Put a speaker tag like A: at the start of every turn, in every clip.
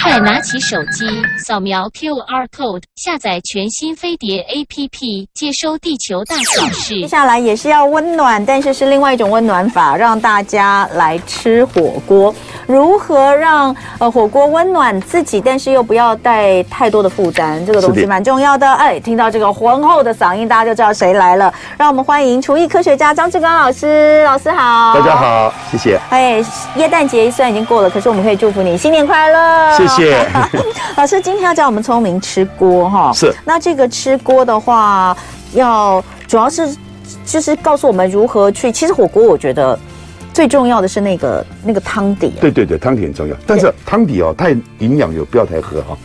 A: 快拿起手机，扫描 QR code，下载全新飞碟 APP，接收地球大小
B: 接
A: 事。
B: 下来也是要温暖，但是是另外一种温暖法，让大家来吃火锅。如何让呃火锅温暖自己，但是又不要带太多的负担，这个东
C: 是
B: 西
C: 的
B: 蛮重要的。哎，听到这个浑厚的嗓音，大家就知道谁来了。让我们欢迎厨艺科学家张志刚老师，老师好，
C: 大家。好，谢谢，
B: 哎，耶诞节虽然已经过了，可是我们可以祝福你新年快乐。
C: 谢谢。
B: 老师今天要教我们聪明吃锅哈，
C: 是
B: 那这个吃锅的话，要主要是就是告诉我们如何去。其实火锅我觉得最重要的是那个那个汤底、啊，
C: 对对对，汤底很重要，但是汤底哦，太营养有不要太喝哈、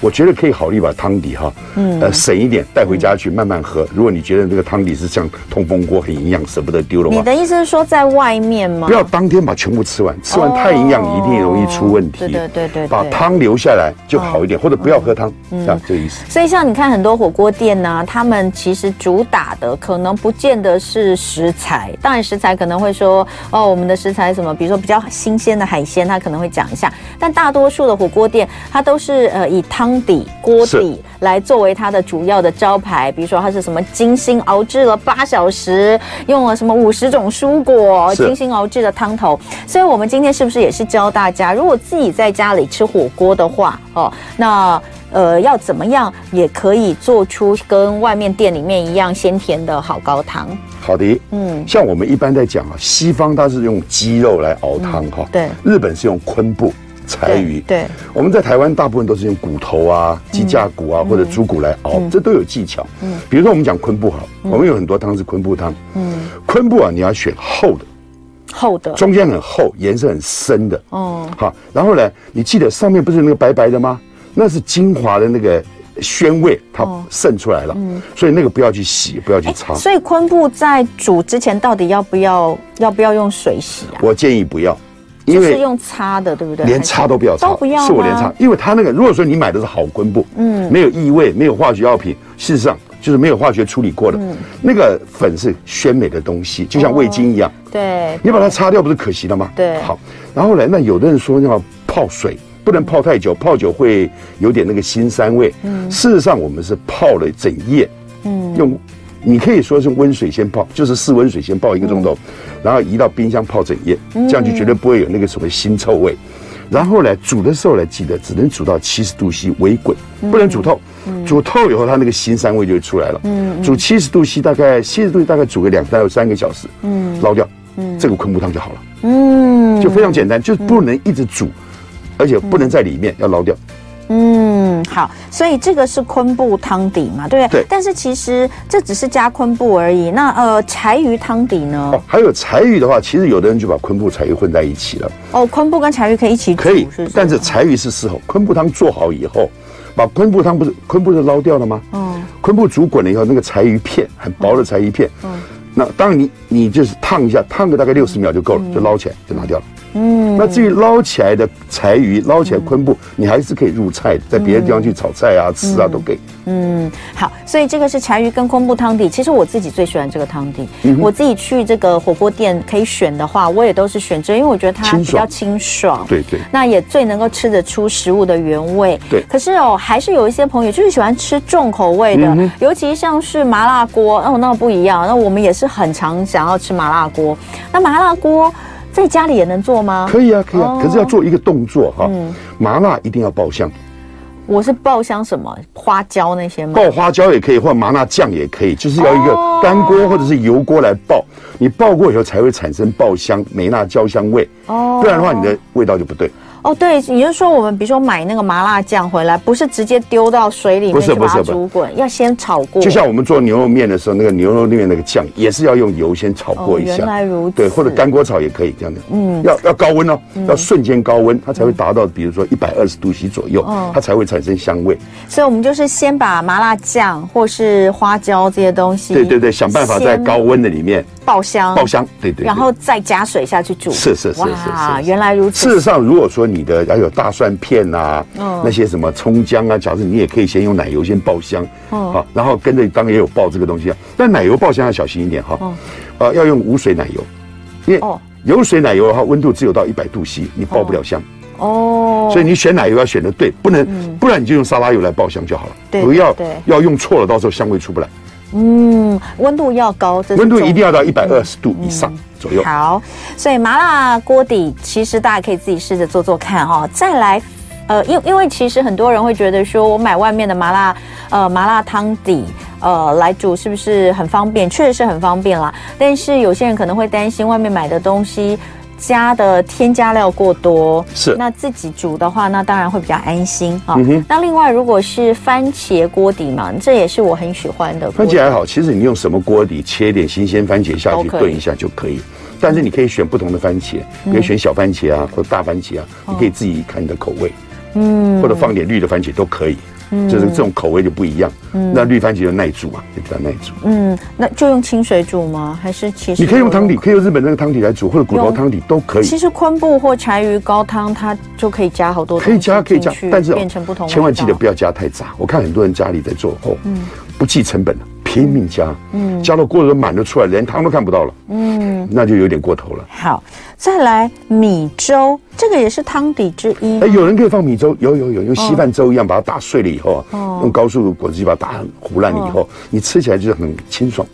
C: 我觉得可以考虑把汤底哈、
B: 嗯
C: 呃，省一点带回家去慢慢喝。如果你觉得这个汤底是像通风锅很营养，舍不得丢的
B: 你
C: 话，
B: 的意思是说在外面吗？
C: 啊不要当天把全部吃完，吃完
B: 哦
C: 太营养你一定容易出问题。
B: 对对对对哦嗯对
C: 把汤留下来就好一点，或者不要喝汤，这样这个意思。
B: 所以像你看很多火锅店呢、他们其实主打的可能不见得是食材，当然食材可能会说哦，我们的食材什么，比如说比较新鲜的海鲜，它可能会讲一下，但大多数的火锅店它都是呃以汤底、锅
C: 是
B: 底来作为它的主要的招牌，比如说它是什么精心熬制了八小时，用了什么五十种蔬果，
C: 是
B: 精心熬制的汤头。所以，我们今天是不是也是教大家，如果自己在家里吃火锅的话，哦，那呃要怎么样也可以做出跟外面店里面一样鲜甜的好高汤？
C: 好的，
B: 嗯，
C: 像我们一般在讲啊，西方它是用鸡肉来熬汤哈、
B: 嗯对
C: 日本是用昆布、柴鱼，
B: 对对
C: 我们在台湾大部分都是用骨头啊、
B: 嗯
C: 鸡架骨啊、或者猪骨来熬，这都有技巧。嗯，比如说我们讲昆布好，
B: 嗯
C: 我们有很多汤是昆布汤。嗯，昆布啊，你要选厚的，
B: 厚的，
C: 中间很厚，颜色很深的。
B: 哦
C: 哦，好，然后呢，你记得上面不是有那个白白的吗？那是精华的那个鲜味，它
B: 哦
C: 渗出来了。
B: 嗯
C: 所以那个不要去洗，不要去擦。
B: 所以昆布在煮之前到底要不要要不要用水洗啊？
C: 我建议不要，因
B: 就是
C: 为
B: 用擦的，对不对？
C: 连擦都不要擦，
B: 都不要吗
C: 是我连擦，因为它那个如果说你买的是好昆布，嗯，没有异味，没有化学药品，事实上就是没有化学处理过的，
B: 嗯
C: 那个粉是鲜美的东西，就像味精一
B: 哦
C: 样，
B: 对，
C: 你把它擦掉不是可惜了吗？
B: 对
C: 好，然后呢，那有的人说要泡水。不能泡太久，泡久会有点那个腥膻味。嗯，事实上我们是泡了整夜，嗯，用你可以说是温水先泡，就是室温水先泡一个钟头，然后移到冰箱泡整夜，这样就绝对不会有那个什么腥臭味。然后呢，煮的时候呢，记得只能煮到七十度 C 微滚，不能煮透。煮透以后，它那个腥膻味就会出来了。煮七十度 C 大概七十度 C 大概煮个两到三个小时，捞掉，这个昆布汤就好了。
B: 嗯
C: 就非常简单，就不能一直煮，而且不能在里面，要捞掉。
B: 嗯，好，所以这个是昆布汤底嘛，对不对？
C: 对
B: 但是其实这只是加昆布而已。那呃，柴鱼汤底呢？
C: 哦，还有柴鱼的话，其实有的人就把昆布、柴鱼混在一起了，
B: 哦，昆布跟柴鱼可以一起煮，
C: 可以
B: 是不，是？
C: 但是柴鱼是事后，昆布汤做好以后，把昆布汤不是昆布是捞掉了吗？
B: 嗯
C: 昆布煮滚了以后，那个柴鱼片很薄的柴鱼片，
B: 嗯
C: 那当然你你就是烫一下，烫个大概六十秒就够了，就捞起来就拿掉了。
B: 嗯，
C: 那至于捞起来的柴鱼、捞起来昆布，你还是可以入菜的，在别的地方去炒菜啊、吃啊都可以。
B: 嗯，好，所以这个是柴鱼跟昆布汤底。其实我自己最喜欢这个汤底，
C: 嗯
B: 我自己去这个火锅店可以选的话，我也都是选这个，因为我觉得它
C: 清
B: 比较
C: 爽
B: 清爽。
C: 对对
B: 那也最能够吃得出食物的原味。
C: 对
B: 可是哦，还是有一些朋友就是喜欢吃重口味
C: 嗯
B: 的，尤其像是麻辣锅，哦，那不一样。那我们也是很常想要吃麻辣锅。那麻辣锅在家里也能做吗？
C: 可以啊，可以
B: 哦嗯
C: 啊，可是要做一个动作哈，麻辣一定要爆香，
B: 我是爆香什么花椒那些吗？
C: 爆花椒也可以，或者麻辣酱也可以，就是要一个
B: 哦
C: 干锅或者是油锅来爆，你爆过以后才会产生爆香、梅辣椒香味，
B: 哦
C: 不然的话你的味道就不对。
B: 哦，对，也就是说，我们比如说买那个麻辣酱回来，不是直接丢到水里面
C: 不是
B: 去把它
C: 不是不是
B: 煮滚，要先炒过。
C: 就像我们做牛肉面的时候，那个牛肉面那个酱也是要用油先炒过一下，
B: 哦原来如此
C: 对，或者干锅炒也可以这样的，嗯，要要高温哦，要瞬间高温，它才会达到比如说一百二十度 C 左右，
B: 嗯哦
C: 它才会产生香味。
B: 所以我们就是先把麻辣酱或是花椒这些东西，
C: 对对对，想办法在高温的里面
B: 爆香，
C: 爆香，对对对
B: 嗯然后再加水下去煮。
C: 是是是是是
B: 哇，
C: 是
B: 原来如
C: 事
B: 此。
C: 实上，如果说你的还有大蒜片啊，
B: 哦
C: 那些什么葱姜啊，假设你也可以先用奶油先爆香，
B: 哦
C: 好，然后跟着当然也有爆这个东西啊，但奶油爆香要小心一点哈，呃，要用无水奶油，因为
B: 哦
C: 有水奶油的话，温度只有到一百度 C，你爆不了香。
B: 哦，
C: 所以你选奶油要选的对，不能、不然你就用沙拉油来爆香就好了。
B: 对
C: 不要
B: 嗯对
C: 要用错了，到时候香味出不来。
B: 嗯，温度要高，这是
C: 温度
B: 重嗯
C: 一定要到一百二十度以上左右。
B: 好，所以麻辣锅底其实大家可以自己试着做做看哦。再来，呃，因因为其实很多人会觉得说，我买外面的麻辣呃麻辣汤底呃来煮是不是很方便？确实是很方便啦，但是有些人可能会担心外面买的东西。加的添加料过多
C: 是嗯
B: 那自己煮的话，那当然会比较安心啊、那另外，如果是番茄锅底嘛，这也是我很喜欢的锅
C: 番
B: 底。
C: 茄还好，其实你用什么锅底切一点新鲜番茄下
B: 都
C: 去
B: 可以嗯
C: 炖一下就可以。但是你可以选不同的番茄，你可以选小番茄啊，或大番茄啊，
B: 哦
C: 你可以自己看你的口味，嗯，或者放点绿的番茄都可以，
B: 嗯
C: 就是这种口味就不一样。那绿番茄就耐煮啊，就比较耐煮。
B: 嗯，那就用清水煮吗？还是其实
C: 你可以用
B: 有
C: 汤底，可以用日本那个汤底来煮，或者骨头
B: 用
C: 汤底都可以
B: 其。实昆布或柴鱼高汤，它就可以加好多东
C: 可
B: 西
C: 以加，可以加
B: 进去，
C: 但是哦
B: 变成不同味道。嗯
C: 千万记得不要加太杂。我看很多人家里在做哦，不计成本了，拼命加，嗯，加到锅子都满了出来，连汤都看不到了，嗯，那就有点过头了。
B: 好，再来米粥，这个也是汤底之一吗。
C: 哎，有人可以放米粥，有有有，用稀饭粥一样把它打碎了以后
B: 哦
C: 啊，用高速果汁机把它打糊烂了以后，你吃起来就是很清爽，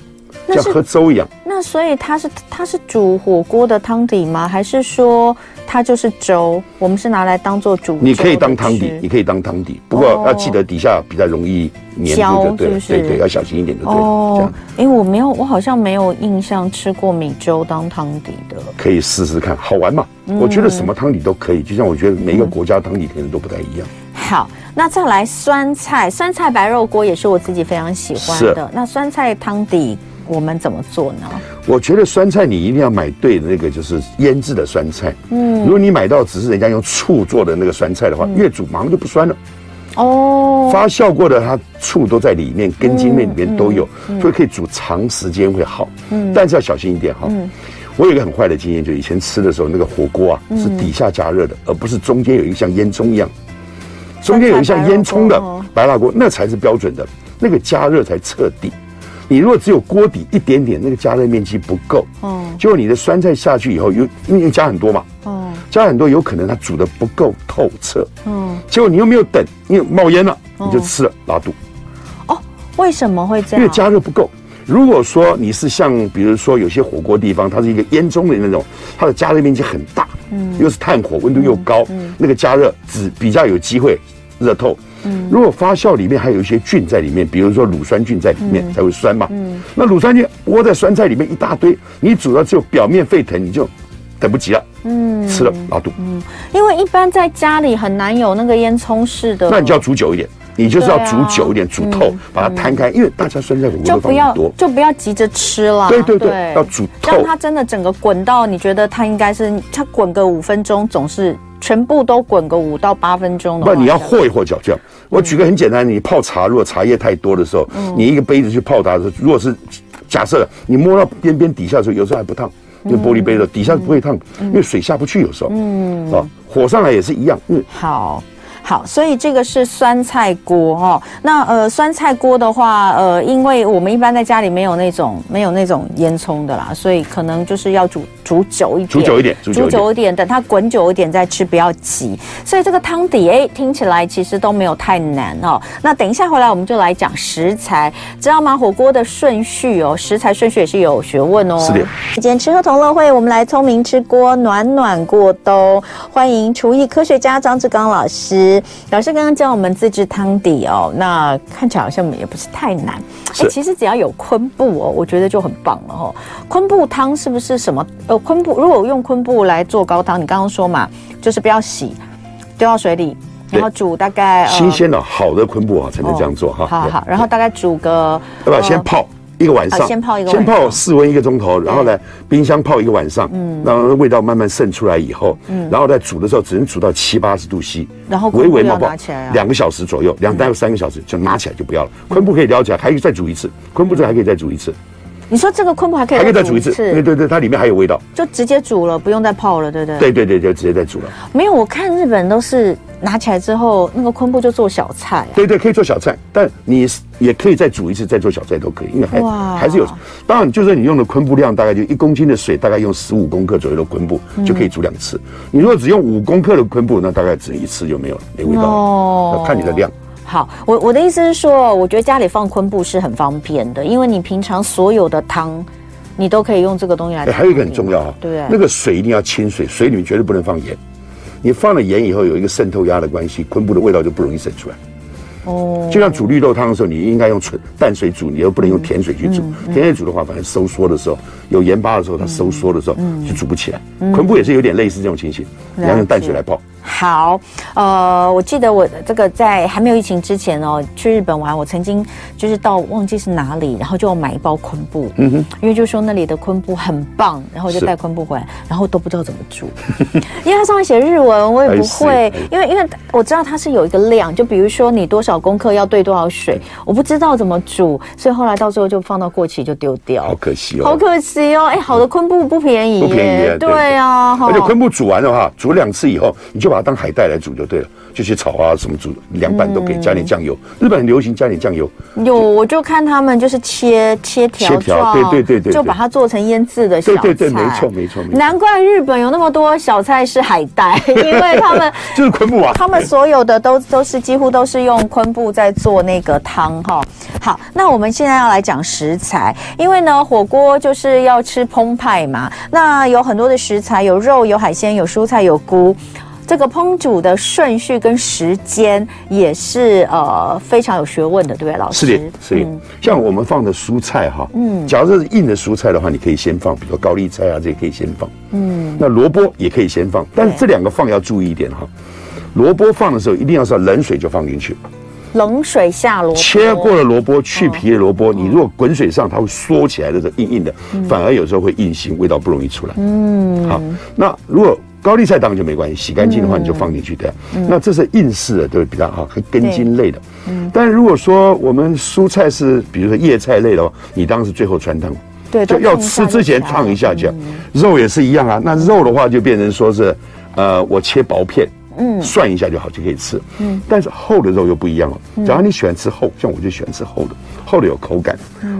B: 那
C: 像
B: 是
C: 喝粥一样。
B: 那所以它是它是煮火锅的汤底吗？还是说它就是粥？我们是拿来当做煮，
C: 你可以当汤底，你。可以当汤底，不过
B: 哦
C: 要记得底下比较容易粘住
B: 焦
C: 就对了，
B: 是不是
C: 对对，要小心一点就对了。这
B: 哦
C: 样，
B: 哎、我没有，我好像没有印象吃过米粥当汤底的。
C: 可以试试看，好玩嘛？我觉得什么汤底都可以，就像我觉得每一个国家汤底可能都不太一样。
B: 好，那再来酸菜，酸菜白肉锅也是我自己非常喜欢的。那酸菜汤底我们怎么做呢？
C: 我觉得酸菜你一定要买对的那个，就是腌制的酸菜。嗯，如果你买到只是人家用醋做的那个酸菜的
B: 嗯
C: 话，越煮马上就不酸了。
B: 哦，
C: 发酵过的它醋都在里面，根茎类里面都有，所以可以煮长时间会好。嗯，但是要小心一点哈。我有一个很坏的经验，就以前吃的时候，那个火锅啊是底下加热的，而不是中间有一个像烟囱一样，中哦间有一个像烟囱的白辣锅，那才是标准的，那个加热才彻底。你如果只有锅底一点点，那个加热面积不够，
B: 哦
C: 结果你的酸菜下去以后，有因为加很多嘛，
B: 哦
C: 加很多有可能它煮的不够透彻，
B: 哦
C: 结果你又没有等，你冒烟了，你就吃了拉肚。
B: 哦，为什么会这
C: 因为
B: 样？
C: 加热不够。如果说你是像比如说有些火锅地方，它是一个烟囱的那种，它的加热面积很大，嗯，又是炭火，温度又高，那个加热只比较有机会热透。嗯，如果发酵里面还有一些菌在里面，比如说乳酸菌在里面、才会酸嘛。嗯，那乳酸菌窝在酸菜里面一大堆，你煮到只有表面沸腾，你就等不及了，嗯，吃了拉肚。
B: 因为一般在家里很难有那个烟囱式的，
C: 那你就要煮久一点，你就是要
B: 对啊嗯
C: 煮久一点，煮透，把它摊开，因为大家酸菜火锅
B: 就
C: 都
B: 不
C: 放
B: 要
C: 很多。
B: 就不要急着吃了。
C: 对对对要煮透
B: 让它真的整个滚到你觉得它应该是它滚个五分钟，总是全部都滚个五到八分钟的
C: 不
B: 话。
C: 然你要和一和搅这样。我举个很简单，的，你泡茶，如果茶叶太多的时候，
B: 嗯
C: 你一个杯子去泡它的时候，如果是假设你摸到边边底下的时候，有时候还不烫，
B: 嗯
C: 因为玻璃杯的底下不会烫，因为水下不去，有时候，嗯，啊，火上来也是一样，嗯，
B: 好。好，所以这个是酸菜锅哦。那呃，酸菜锅的话，呃，因为我们一般在家里没有那种没有那种烟囱的啦，所以可能就是要煮煮久一点，
C: 煮久一点煮久一点
B: 久一点，哦等它滚久一点再吃，不要急。所以这个汤底，哎，听起来其实都没有太难哦。那等一下回来我们就来讲食材，知道吗？火锅的顺序哦，食材顺序也是有学问哦。
C: 是的。
B: 今天吃喝同乐会，我们来聪明吃锅，暖暖过冬。欢迎厨艺科学家张志刚老师。老师刚刚教我们自制汤底哦，那看起来好像也不是太难。哎、
C: 是
B: 其实只要有昆布哦，我觉得就很棒了哦。昆布汤是不是什么？呃，昆布如果用昆布来做高汤，你刚刚说嘛，就是不要洗，丢到水里，
C: 对
B: 然后煮大概、呃
C: 新鲜的好的昆布啊才能这样做哈。
B: 好好
C: 对
B: 好，然后大概煮个
C: 要不要
B: 呃
C: 先泡一个晚
B: 啊
C: 上？
B: 先泡一个晚
C: 先
B: 上
C: 泡室温一个钟头，然后呢，冰箱泡一个晚上，嗯，让味道慢慢渗出来以后，嗯，然后在煮的时候只能煮到七八十度 C，
B: 然后
C: 微微
B: 昆布要
C: 冒泡
B: 拿起来啊，嗯
C: 两个小时左右，两到三个小时就拿起来就不要了。昆布可以撩起来，还可以再煮一次，昆布这还可以再煮一次，
B: 你说这个昆布还可以
C: 还可以再煮一次，对对对，它里面还有味道，
B: 就直接煮了，不用再泡了，对不对？
C: 对对对，就直接再煮了。
B: 没有，我看日本都是拿起来之后，那个昆布就做小菜、啊。
C: 对对，可以做小菜，但你也可以再煮一次，再做小菜都可以，因为还
B: 哇
C: 还是有。当然，就是你用的昆布量大概就一公斤的水，大概用十五公克左右的昆布
B: 嗯
C: 就可以煮两次。你如果只用五公克的昆布，那大概只一次就没有了，没味道了。
B: 哦
C: 看你的量。
B: 好，我我的意思是说，我觉得家里放昆布是很方便的，因为你平常所有的汤，你都可以用这个东西来
C: 哎，
B: 调理嘛。
C: 还有一个很重要啊，
B: 对不对？
C: 那个水一定要清水，水里面绝对不能放盐。你放了盐以后，有一个渗透压的关系，昆布的味道就不容易渗出来。
B: 哦，
C: 就像煮绿豆汤的时候，你应该用纯淡水煮，你又不能用甜水去
B: 嗯
C: 煮。甜水煮的话，反正收缩的时候，有盐巴的时候，它收缩的时候
B: 嗯
C: 就煮不起来。昆布也是有点类似这种情形，你要用淡水来泡。
B: 好，呃，我记得我这个在还没有疫情之前哦，去日本玩，我曾经就是到忘记是哪里，然后就买一包昆布，嗯哼，因为就说那里的昆布很棒，然后我就是带昆布回来，然后都不知道怎么 煮，因为它上面写日文，我也不
C: I see，
B: 会，因为因为我知道它是有一个量，就比如说你多少功课要兑多少水，我不知道怎么煮，所以后来到最后就放到过期就丢
C: 好
B: 掉。
C: 可惜
B: 好
C: 哦，
B: 可惜哦，哎，好的昆布不便宜耶，
C: 不便宜啊对
B: 对啊，哈
C: 而且昆布煮完的话，煮两次以后，你就把它当海带来煮就对了，就去炒啊什么煮，凉拌都可
B: 嗯
C: 以，加点酱油。日本很流行加点酱油，
B: 有，我就看他们就是切切条
C: 切条
B: 状，
C: 对对对对对
B: 就把它做成腌制的小菜。
C: 对对对没错没错没错
B: 难怪日本有那么多小菜是海带，因为他们
C: 就是昆布啊。
B: 他们所有的都都是几乎都是用昆布在做那个汤哈。好，那我们现在要来讲食材，因为呢火锅就是要吃澎湃嘛，那有很多的食材，有肉、有海鲜、有蔬菜、有菇。这个烹煮的顺序跟时间也是呃非常有学问的，对不对，老师？嗯
C: 是的，是的。像我们放的蔬菜哈，嗯，假如是硬的蔬菜的话，你可以先放，比如说高丽菜啊，这也可以先放，嗯，那萝卜也可以先放，但是
B: 对
C: 这两个放要注意一点哈。萝卜放的时候一定要是冷水就放进去，
B: 冷水下萝卜，哦
C: 切过的萝卜、去皮的萝卜，你如果滚水上，它会缩起来的时候硬硬的，
B: 嗯
C: 反而有时候会硬性，味道不容易出来。嗯，好，那如果高丽菜当然就没关系，洗干净的话你就放进去的。
B: 嗯
C: 那这是硬式的，对比较好，根茎类的。
B: 嗯
C: 但如果说我们蔬菜是，比如说叶菜类的话，你当然是最后穿汤。
B: 对，
C: 就
B: 都
C: 要
B: 烫一下
C: 吃之前
B: 就好
C: 烫一下这样。肉也是一样啊，那肉的话就变成说是，呃，我切薄片，嗯，涮一下就好就可以吃。嗯，但是厚的肉又不一样了。假如你喜欢吃厚，像我就喜欢吃厚的，厚的有口感，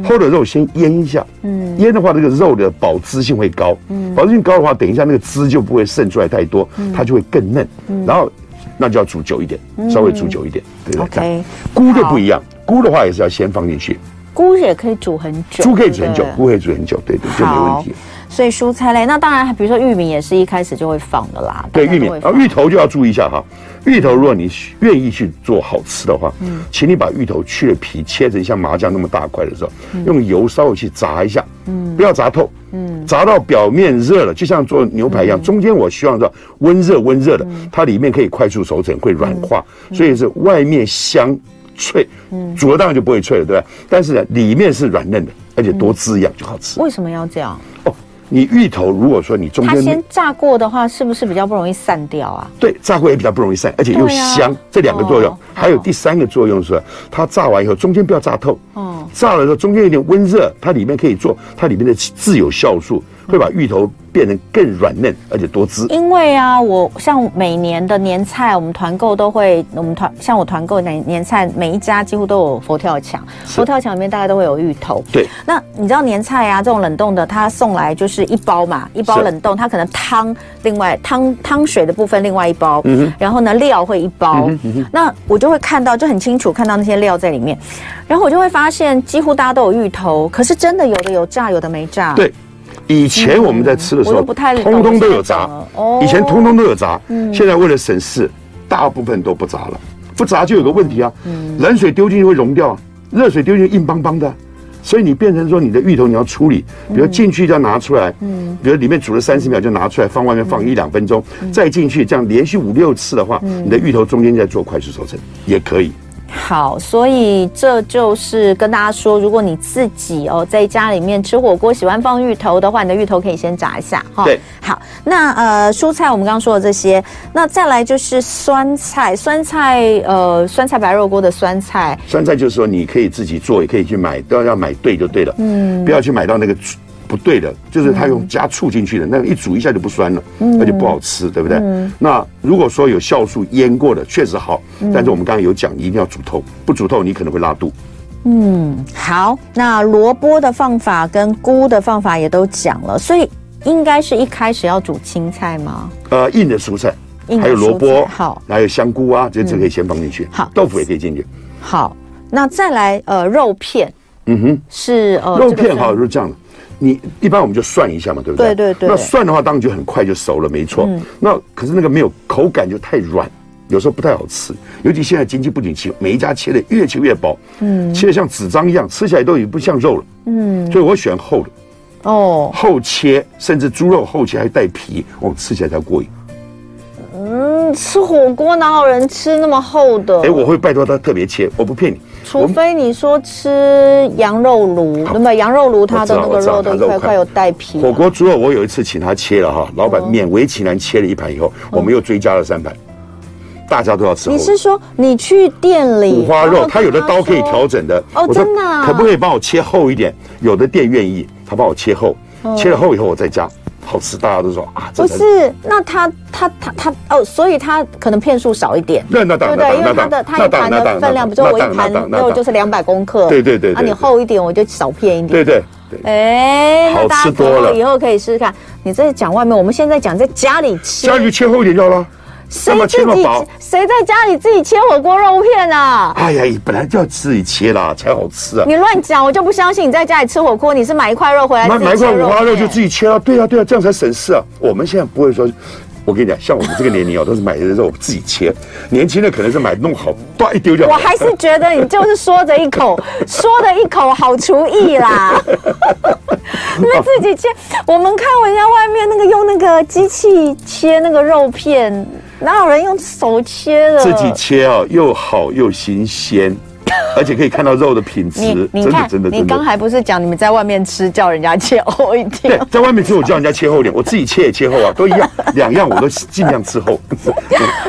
C: 厚的肉先腌一下，嗯，腌的话那个肉的保汁性会高，嗯，保汁性高的话，等一下那个汁就不会渗出来太多，它就会更嫩。然后那就要煮久一点，稍微煮久一点，对对
B: OK，
C: 这样菇就不一样，菇的话也是要先放进去，
B: 菇也可以煮很久，
C: 猪可以
B: 对不
C: 煮很久
B: 对，
C: 菇可以煮很久，对对，就没问题。
B: 所以蔬菜类，那当然，比如说玉米也是一开始就会放的啦。
C: 对
B: 大家
C: 玉
B: 都
C: 米
B: 会，
C: 啊
B: 放，
C: 芋头就要注意一下哈。芋头，如果你愿意去做好吃的话，
B: 嗯
C: 请你把芋头去了皮，切成像麻酱那么大块的时候，
B: 嗯
C: 用油稍微去炸一下，不要炸透，炸到表面热了，就像做牛排
B: 嗯
C: 一样，中间我希望让温热温热的，它里面可以快速熟成，会软化，
B: 嗯
C: 所以是外面香脆，煮了当然就不会脆了，对吧？但是呢，里面是软嫩的，而且
B: 嗯
C: 多滋养就好吃。
B: 为什么要这样？
C: 哦，你芋头如果说你中
B: 它
C: 间
B: 先炸过的话，是不是比较不容易散掉啊？
C: 对，炸过也比较不容易散，而且又
B: 对啊
C: 香，这两个作用。
B: 哦
C: 还有第三个作用是，它炸完以后中间不要炸透，
B: 哦
C: 炸了之后中间有点温热，它里面可以做，它里面的自有酵素会把芋头变得更软嫩，而且多汁。
B: 因为啊，我像每年的年菜，我们团购都会，我们团像我团购年年菜，每一家几乎都有佛跳墙，佛跳墙里面大概都会有芋头。
C: 对，
B: 那你知道年菜啊，这种冷冻的，它送来就是一包嘛，一包
C: 是
B: 冷冻，它可能汤另外汤汤水的部分另外一包，
C: 嗯
B: 然后呢料会一包，那我就会看到就很清楚看到那些料在里面，然后我就会发现几乎大家都有芋头，可是真的有的有炸，有的没炸，
C: 对，以前我们在吃的时
B: 我
C: 候，
B: 都不太懂
C: 通通都有炸
B: 我现在懂了哦，
C: 以前通通都有炸，现在为了省事，大部分都不炸了。不炸就有个问题啊，冷水丢进去会溶掉啊，热水丢进去硬邦邦的啊，所以你变成说你的芋头你要处理，比如进去就要拿出来，比如里面煮了三十秒就拿出来，放外面放一两分钟，再进去，这样连续五六次的话，你的芋头中间再做快速熟成也可以。
B: 好，所以这就是跟大家说，如果你自己哦在家里面吃火锅喜欢放芋头的话，你的芋头可以先炸一下哈。
C: 对，
B: 好，那呃蔬菜我们刚刚说的这些，那再来就是酸菜，酸菜呃酸菜白肉锅的酸菜，
C: 酸菜就是说你可以自己做，也可以去买，都要买对就对了。嗯，不要去买到那个不对的，就是它用加醋进去的，那个一煮一下就不酸了，
B: 嗯
C: 那就不好吃，对不对？那如果说有酵素腌过的，
B: 嗯
C: 确实好，但是我们刚刚有讲，一定要煮透，不煮透你可能会拉肚。
B: 嗯，好，那萝卜的放法跟菇的放法也都讲了，所以应该是一开始要煮青菜吗？
C: 呃，硬的蔬菜
B: 硬，的
C: 还有萝
B: 蔬
C: 卜
B: 菜，好嗯
C: 还有香菇啊，这这可以先放进去。
B: 好
C: 豆腐也可以进去。
B: 好，那再来呃肉片
C: 嗯哼。
B: 是呃这
C: 肉
B: 个
C: 片
B: 是
C: 哈就是这样的，你一般我们就涮一下嘛，对不对？
B: 对对对嗯
C: 那涮的话，当然就很快就熟了，没错。那可是那个没有口感就太软，有时候不太好吃。尤其现在经济不景气，每一家切的越切越薄，嗯，切的像纸张一样，吃起来都已经不像肉了。嗯，所以我喜欢厚的，
B: 哦，
C: 厚切，甚至猪肉厚切还带皮，我吃起来才过瘾。
B: 嗯，吃火锅哪有人吃那么厚的？
C: 哎，我会拜托他特别切，我不骗你。
B: 哦除非你说吃羊肉炉，那么羊肉炉它的那个
C: 我知道
B: 肉
C: 我知道
B: 都一块
C: 它
B: 块
C: 肉块
B: 有带皮
C: 火，锅猪肉我有一次请他切了哈，老板
B: 哦
C: 勉为其难切了一盘以后，我们又追加了三盘，大家都要吃厚
B: 你
C: 的。
B: 是说你去店里
C: 五花
B: 然
C: 肉，
B: 后
C: 它有的
B: 跟
C: 刀可以
B: 说
C: 调整的。
B: 哦
C: 我说
B: 真的啊
C: 可不可以帮我切厚一点？有的店愿意，他帮我切厚，切了厚以后我再加，好吃，大家都说啊，这
B: 不
C: 才
B: 哦是，那他他他他哦，所以他可能片数少一点，
C: 那那
B: 对
C: 当然
B: 不对？因为
C: 那
B: 他
C: 当
B: 的
C: 然
B: 他一盘
C: 那当然那当
B: 的
C: 然
B: 分量，比如说
C: 那
B: 我
C: 当
B: 一
C: 然
B: 盘
C: 那当然
B: 肉
C: 那
B: 就是两百公克，
C: 对对对
B: 啊，
C: 对
B: 你
C: 对
B: 厚一点我就少片一点，
C: 对对对。
B: 哎，那
C: 好
B: 大家
C: 吃多了
B: 可以以后可以试试看。你在讲外面，我们现在讲在家里吃，
C: 家鱼切厚一点就好了，干
B: 谁
C: 嘛切
B: 自
C: 那么
B: 己
C: 薄？
B: 谁在家里自己切火锅肉片啊？
C: 哎呀，本来就要自己切啦，才好吃啊。
B: 你乱讲，我就不相信你在家里吃火锅，你是买一块肉回来
C: 买
B: 自己
C: 买
B: 切
C: 块五花肉
B: 片
C: 就自己切啊，对啊对啊，这样才省事啊。我们现在不会说，我跟你讲，像我们这个年龄哦，都是买的肉自己切，年轻的可能是买弄好，叭一丢掉。
B: 我还是觉得你就是说着一口， 说的一口好厨艺啦。你们自己切，我们看人家外面那个用那个机器切那个肉片，哪有人用手切的？
C: 自己切啊，又好又新鲜， 而且可以看到肉的品质
B: 你，你
C: 真
B: 看
C: 的，真的
B: 你
C: 真
B: 刚
C: 的。
B: 还不是讲你们在外面吃叫人家切 厚一
C: 对
B: 点？，
C: 在外面吃我叫人家切厚点，我自己切也切厚啊，都一样，两样我都尽量吃 厚。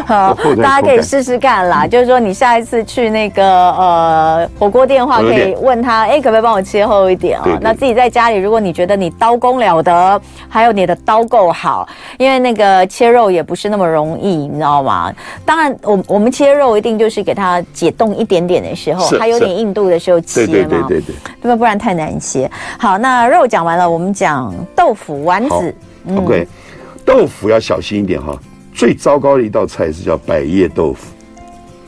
B: 好
C: 我厚
B: 呃
C: 的
B: 大家可以
C: 口感
B: 试试看
C: 嗯
B: 啦。就是说，你下一次去那个呃火锅店的话，
C: 火
B: 可
C: 锅店
B: 以问他，哎、可不可以帮我切厚一点
C: 对
B: 哦？
C: 对
B: 那自己在家里，如果你觉得你刀工了得，还有你的刀够好，因为那个切肉也不是那么容易，你知道吗？当然，我我们切肉一定就是给它解冻一点点的时候，
C: 是
B: 还有
C: 是
B: 点硬度的时候切
C: 对
B: 嘛。
C: 对对对对，
B: 对吧？不然太难切。好，那肉讲完了，我们讲豆腐丸
C: 好
B: 子。
C: ，OK，豆腐要小心一点哈。最糟糕的一道菜是叫百叶豆腐，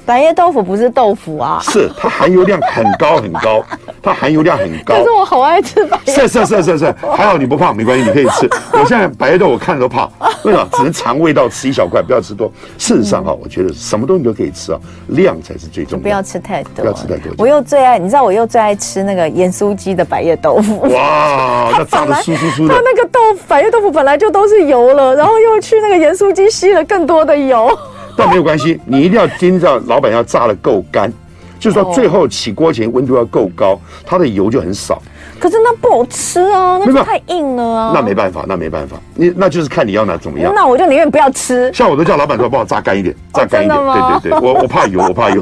B: 白叶豆腐不是豆腐啊，
C: 是它含油量很高很高，它含油量很 高
B: 可是。我好爱吃白叶。
C: 是是是是 是，还好你不胖，没关系，你可以吃。 我现在白豆我看着都怕，为什么？只能尝味道，吃一小块，不要吃多。事实上哈、我觉得什么东西都可以吃啊，量才是最重要。
B: 不要吃太多，
C: 不要吃太多
B: 我又最爱，你知道我又最爱吃那个盐酥鸡的百叶豆腐。
C: 哇，那炸的酥酥酥
B: 它
C: 的，
B: 那个豆腐百叶豆腐本来就都是油了，然后又去那个盐酥鸡吸了更多的油。
C: 但没有关系，你一定要盯着老板要炸的够干，就是
B: 哦
C: 说最后起锅前温度要够高，它的油就很少。
B: 可是那不好吃啊，那
C: 没
B: 就
C: 有
B: 太硬了啊。
C: 那没办法，那没办法，你那就是看你要拿怎么样。
B: 那我就宁愿不要吃。
C: 像我都叫老板说帮我炸干一点，炸干
B: 真
C: 一点。
B: 的吗
C: 对对对，我我怕油，我怕油。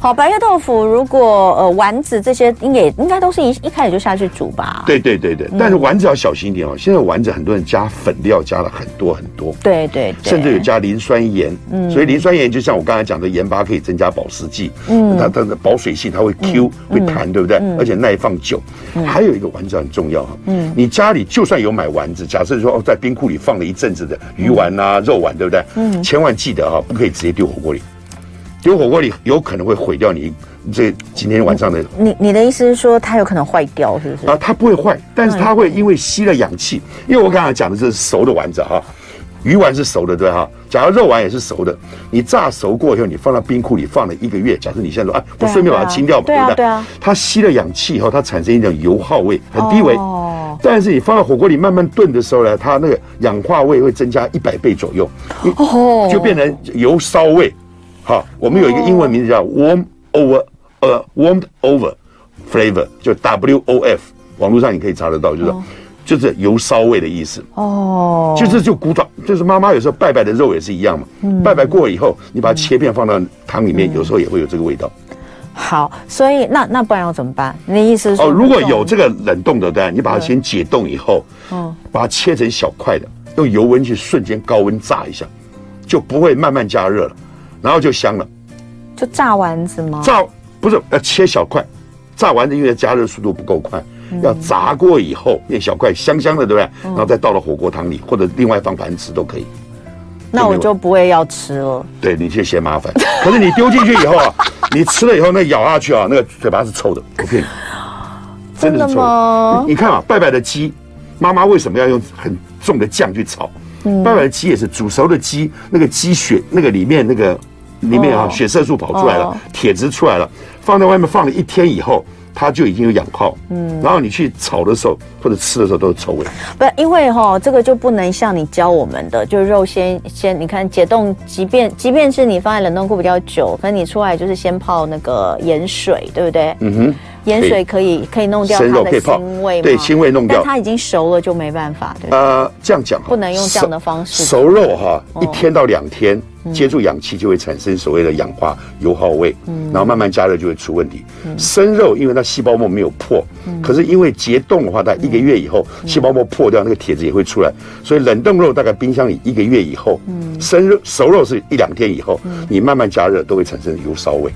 B: 好，白叶豆腐如果呃丸子这些应该也应该都是一一开始就下去煮吧。
C: 对对对对，但是丸子要小心一点哦。现在丸子很多人加粉料加了很多很多，
B: 对对对，
C: 甚至有加磷酸盐。所以磷酸盐就像我刚才讲的，盐巴可以增加保湿剂，它它的保水性，它会 Q 会弹，对不对？而且耐放久。还有一个丸子很重要哈，你家里就算有买丸子，假设说哦在冰库里放了一阵子的鱼丸啊、肉丸，对不对？千万记得哈，不可以直接丢火锅里，丢火锅里有可能会毁掉你这今天晚上的
B: 你你的意思是说它有可能坏掉，是不是？
C: 啊，它不会坏，但是它会因为吸了氧气，因为我刚才讲的是熟的丸子哈，鱼丸是熟的对哈，假如肉丸也是熟的，你炸熟过以后，你放到冰库里放了一个月，假设你现在说啊，我
B: 对啊
C: 顺便把它清掉嘛，
B: 对啊
C: 不
B: 对啊
C: 它吸了氧气以后，它产生一种油耗味，很低微。
B: 哦
C: 但是你放到火锅里慢慢炖的时候呢，它那个氧化味会增加一百倍左右，你
B: 哦
C: 就变成油烧味。好，我们有一个英文名字叫 warm over，呃，warmed over flavor，就 W O F，网络上你可以查得到，就是、就是油烧味的意思。
B: 哦，
C: 就是就古早，就是妈妈有时候拜拜的肉也是一样嘛，拜拜过以后，你把它切片放到汤里面，有时候也会有这个味道。
B: 好，所以那那不然要怎么办？你的意思是说
C: 哦，如果
B: 这种
C: 有这个冷冻的啊蛋，你把它先解冻以后，
B: 嗯
C: 把它切成小块的，用油温去瞬间高温炸一下，就不会慢慢加热了，然后就香了。
B: 就炸丸子吗？
C: 炸不是要切小块，炸完的因为加热速度不够快，
B: 嗯
C: 要炸过以后变小块，香香的，对不对？然后再倒到火锅汤里，或者另外放盘吃都可以。
B: 那我就不会要吃了。
C: 对你就嫌麻烦，可是你丢进去以后 啊，你吃了以后，那咬下去啊，那个嘴巴是臭的，我骗你，真
B: 真
C: 的是
B: 的
C: 臭
B: 吗
C: 的。你你看啊，拜拜的鸡，妈妈为什么要用很重的酱去炒？
B: 嗯
C: 拜拜的鸡也是煮熟的鸡，那个鸡血那个里面那个里面啊、
B: 哦
C: 血色素跑出来了
B: 哦，
C: 铁质出来了，放在外面放了一天以后，它就已经有氧化。嗯，然后你去炒的时候或者吃的时候都是臭味。
B: 不，因为哈、这个就不能像你教我们的，就是肉先先，你看解冻，即便即便是你放在冷冻库比较久，可是你出来就是先泡那个盐水，对不对？
C: 嗯哼，
B: 盐水可以可以弄掉
C: 生
B: 它
C: 肉
B: 的
C: 可以泡
B: 腥味嘛，
C: 对腥味弄掉
B: 但它已经熟了就没办法，对不对？
C: 呃，这样讲哈
B: 不能用这样的哦嗯方式
C: 熟熟肉啊哈，一天到两天接触氧气就会产生所谓的氧化油耗味，
B: 嗯
C: 然后慢慢加热就会出问题。生肉因为它细胞膜没有破，
B: 嗯
C: 可是因为结冻的话，它一个月以后细胞膜破掉，那个铁质也会出来，所以冷冻肉大概冰箱里一个月以后，
B: 嗯
C: 生肉熟肉是一两天以后，你慢慢加热都会产生油烧味。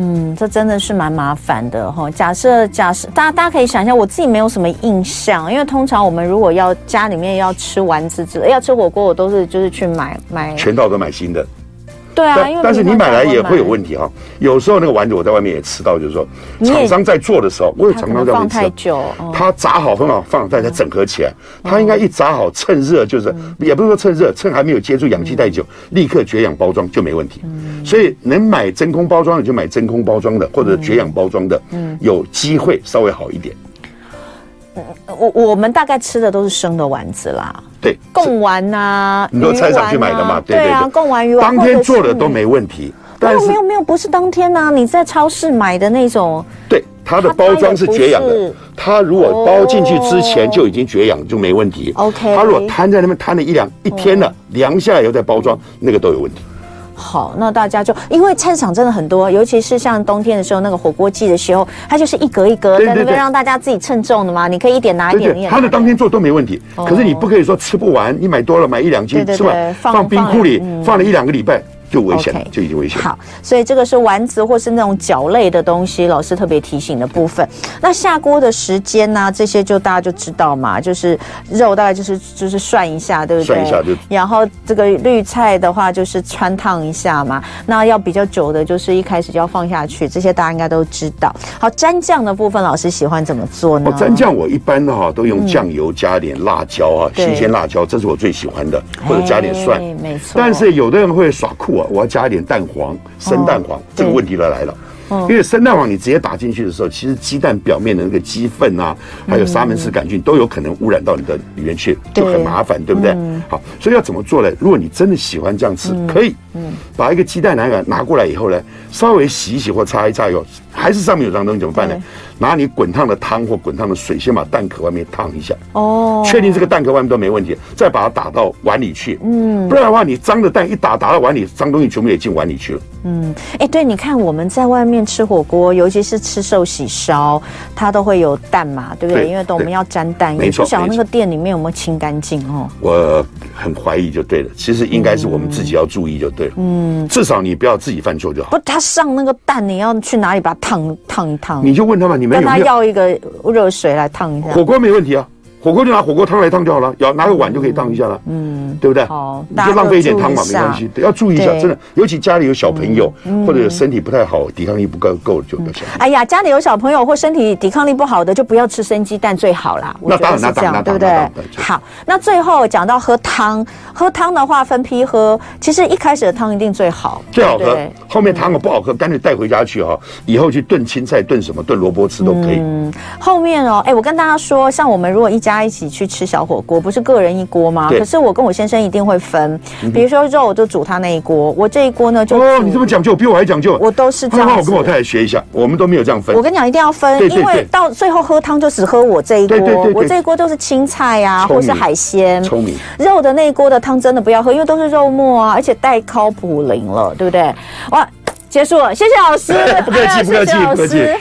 B: 嗯，这真的是蛮麻烦的哈。假设假设大家大家可以想一下，我自己没有什么印象，因为通常我们如果要家里面要吃丸子之类要吃火锅，我都是就是去买买。
C: 全套都买新的，
B: 哦对啊，因为
C: 但但是你买来也会有
B: 题，
C: 问题哈。有时候那个丸子我在外面也吃到，就是说
B: 你也
C: 厂商在做的时候，我有
B: 它
C: 厂
B: 可
C: 商
B: 能
C: 在外
B: 放
C: 面吃啊
B: 太
C: 到。
B: 久。哦
C: 它炸好很好放，大家整合起来。它应该一炸好，趁热就是，也不是说趁热，趁还没有接触氧气太
B: 嗯
C: 久，立刻绝氧包装就没问题。所以能买真空包装的就买真空包装
B: 嗯
C: 的，或者绝氧包装的，有机会稍微好一点。
B: 我我们大概吃的都是生的丸子啦，
C: 对，
B: 贡丸呐、
C: 你都
B: 鱼
C: 菜
B: 丸
C: 场去买的嘛
B: 啊，
C: 对对
B: 啊，
C: 对，
B: 贡丸鱼丸，
C: 当天做
B: 或者
C: 的
B: 是
C: 都
B: 你。
C: 没问题，
B: 没
C: 但
B: 有
C: 是
B: 没有没有，不是当天呐、你在超市买的那种，
C: 对它的
B: 它
C: 包装
B: 它
C: 是
B: 也不
C: 绝氧
B: 是
C: 的，它如果包进去之前
B: 哦
C: 就已经绝氧就没问题。
B: OK 哦
C: 它如果摊在那边摊了一两一天了，凉下来以后再包装，那个都有问题。
B: 好，那大家就因为菜市场真的很多，尤其是像冬天的时候，那个火锅季的时候，它就是一格一格
C: 对
B: 在那
C: 对
B: 边
C: 对
B: 让大家自己称重的嘛，你可以一点拿一
C: 对
B: 点，一
C: 对，
B: 点
C: 他的
B: 拿
C: 当天做都没问题，可是你不可以说吃不完，你买多了买一两斤
B: 哦对对
C: 吃
B: 对
C: 完
B: 放
C: 放冰库里
B: 放了嗯
C: 放了一两个礼拜就危险了
B: OK，
C: 就已经危险。了。
B: 好，所以这个是丸子或是那种饺类的东西，老师特别提醒的部分。那下锅的时间呢、这些就大家就知道嘛，就是肉大概就是就是涮一下，对不对？
C: 涮一下就
B: 然后这个绿菜的话就是穿烫一下嘛。那要比较久的，就是一开始就要放下去，这些大家应该都知道。好，蘸酱的部分，老师喜欢怎么做呢？
C: 哦，蘸酱我一般的哈都用酱油加点辣椒啊，
B: 嗯对
C: 新鲜辣椒，这是我最喜欢的，或者加点蒜
B: 哎。没错。哦
C: 但是有的人会耍酷啊，我要加点蛋黄，生蛋黄，这
B: 对
C: 个
B: 哦
C: 问题就来了。因为生蛋黄你直接打进去的时候，其实鸡蛋表面的那个鸡粪啊，还有沙门氏杆菌都有可能污染到你的里面去，
B: 嗯对嗯
C: 就很麻烦，对不对？好，所以要怎么做呢？如果你真的喜欢这样吃，可以，
B: 嗯
C: 把一个鸡蛋拿来拿过来以后呢，稍微洗一洗或擦一擦以后，还是上面有脏东西怎么办呢
B: 对？
C: 拿你滚烫的汤或滚烫的水，先把蛋壳外面烫一下，
B: 哦，
C: 确定这个蛋壳外面都没问题，再把它打到碗里去。嗯，不然的话，你脏的蛋一打打到碗里，脏东西全部也进碗里去了。
B: 哎，对，你看我们在外面吃火锅，尤其是吃寿喜烧，它都会有蛋嘛，对不对？
C: 对
B: 因为都我
C: 对
B: 们要沾蛋液，
C: 没错
B: 不晓得
C: 没
B: 那
C: 错
B: 个店里面有没有清干净哦。
C: 我很怀疑就对了，其实应该是我们自己要注意就对了。嗯，至少你不要自己犯错就好。
B: 不，他上那个蛋，你要去哪里把它烫烫一烫？
C: 你就问他们，你们
B: 跟
C: 有
B: 他
C: 没有
B: 要一个热水来烫一下。
C: 火锅没问题啊？火锅就拿火锅汤来烫就好了，要拿个碗就可以烫一下了。嗯，对不对？
B: 好
C: 你
B: 大家
C: 就浪费一点
B: 都注意
C: 汤嘛，
B: 一
C: 没
B: 下
C: 关系。对要注意一下
B: 对，嗯
C: 真的，尤其家里有小朋友或者身体不太好、抵抗力不够够的，就要小心。
B: 哎呀，家里有小朋友或身体抵抗力不好的，就不要吃生鸡蛋最好啦。我
C: 那
B: 觉得
C: 当然
B: 是这样，
C: 那
B: 对
C: 当
B: 不对
C: 然那当然那当然？对
B: 好，那最后讲到喝汤，喝汤的话分批喝，其实一开始的汤一定最好，
C: 最好
B: 对
C: 喝
B: 不对，
C: 后面汤了不好喝，干脆带回家去哈、以后去炖青菜、炖什么、炖萝卜吃都可以。
B: 嗯后面哦，哎，我跟大家说，像我们如果一家一起去吃小火锅，不是个人一锅吗？
C: 对嗯
B: 可是我跟我先生一定会分，比如说肉我就煮他那一锅，我这一锅呢就
C: 哦，
B: 煮
C: 你这么啊讲究，比我还讲究。
B: 我都是这
C: 那
B: 样
C: 我
B: 子
C: 跟我太太学一下，我们都没有这样分
B: 我。跟你讲，一定要分，
C: 对对
B: 因为
C: 对
B: 到最后喝汤就只喝我这一锅，
C: 对对对对
B: 我这一锅都是青菜呀、
C: 聪
B: 或
C: 明
B: 是海鲜。
C: 聪明，
B: 肉的那一锅的汤真的不要喝，因为都是肉末啊，而且带靠普林了，对不对？哇，结束了，谢谢老师，
C: 不客
B: 哎
C: 气
B: 呀
C: 不
B: 谢
C: 客气
B: 谢老
C: 不客气
B: 师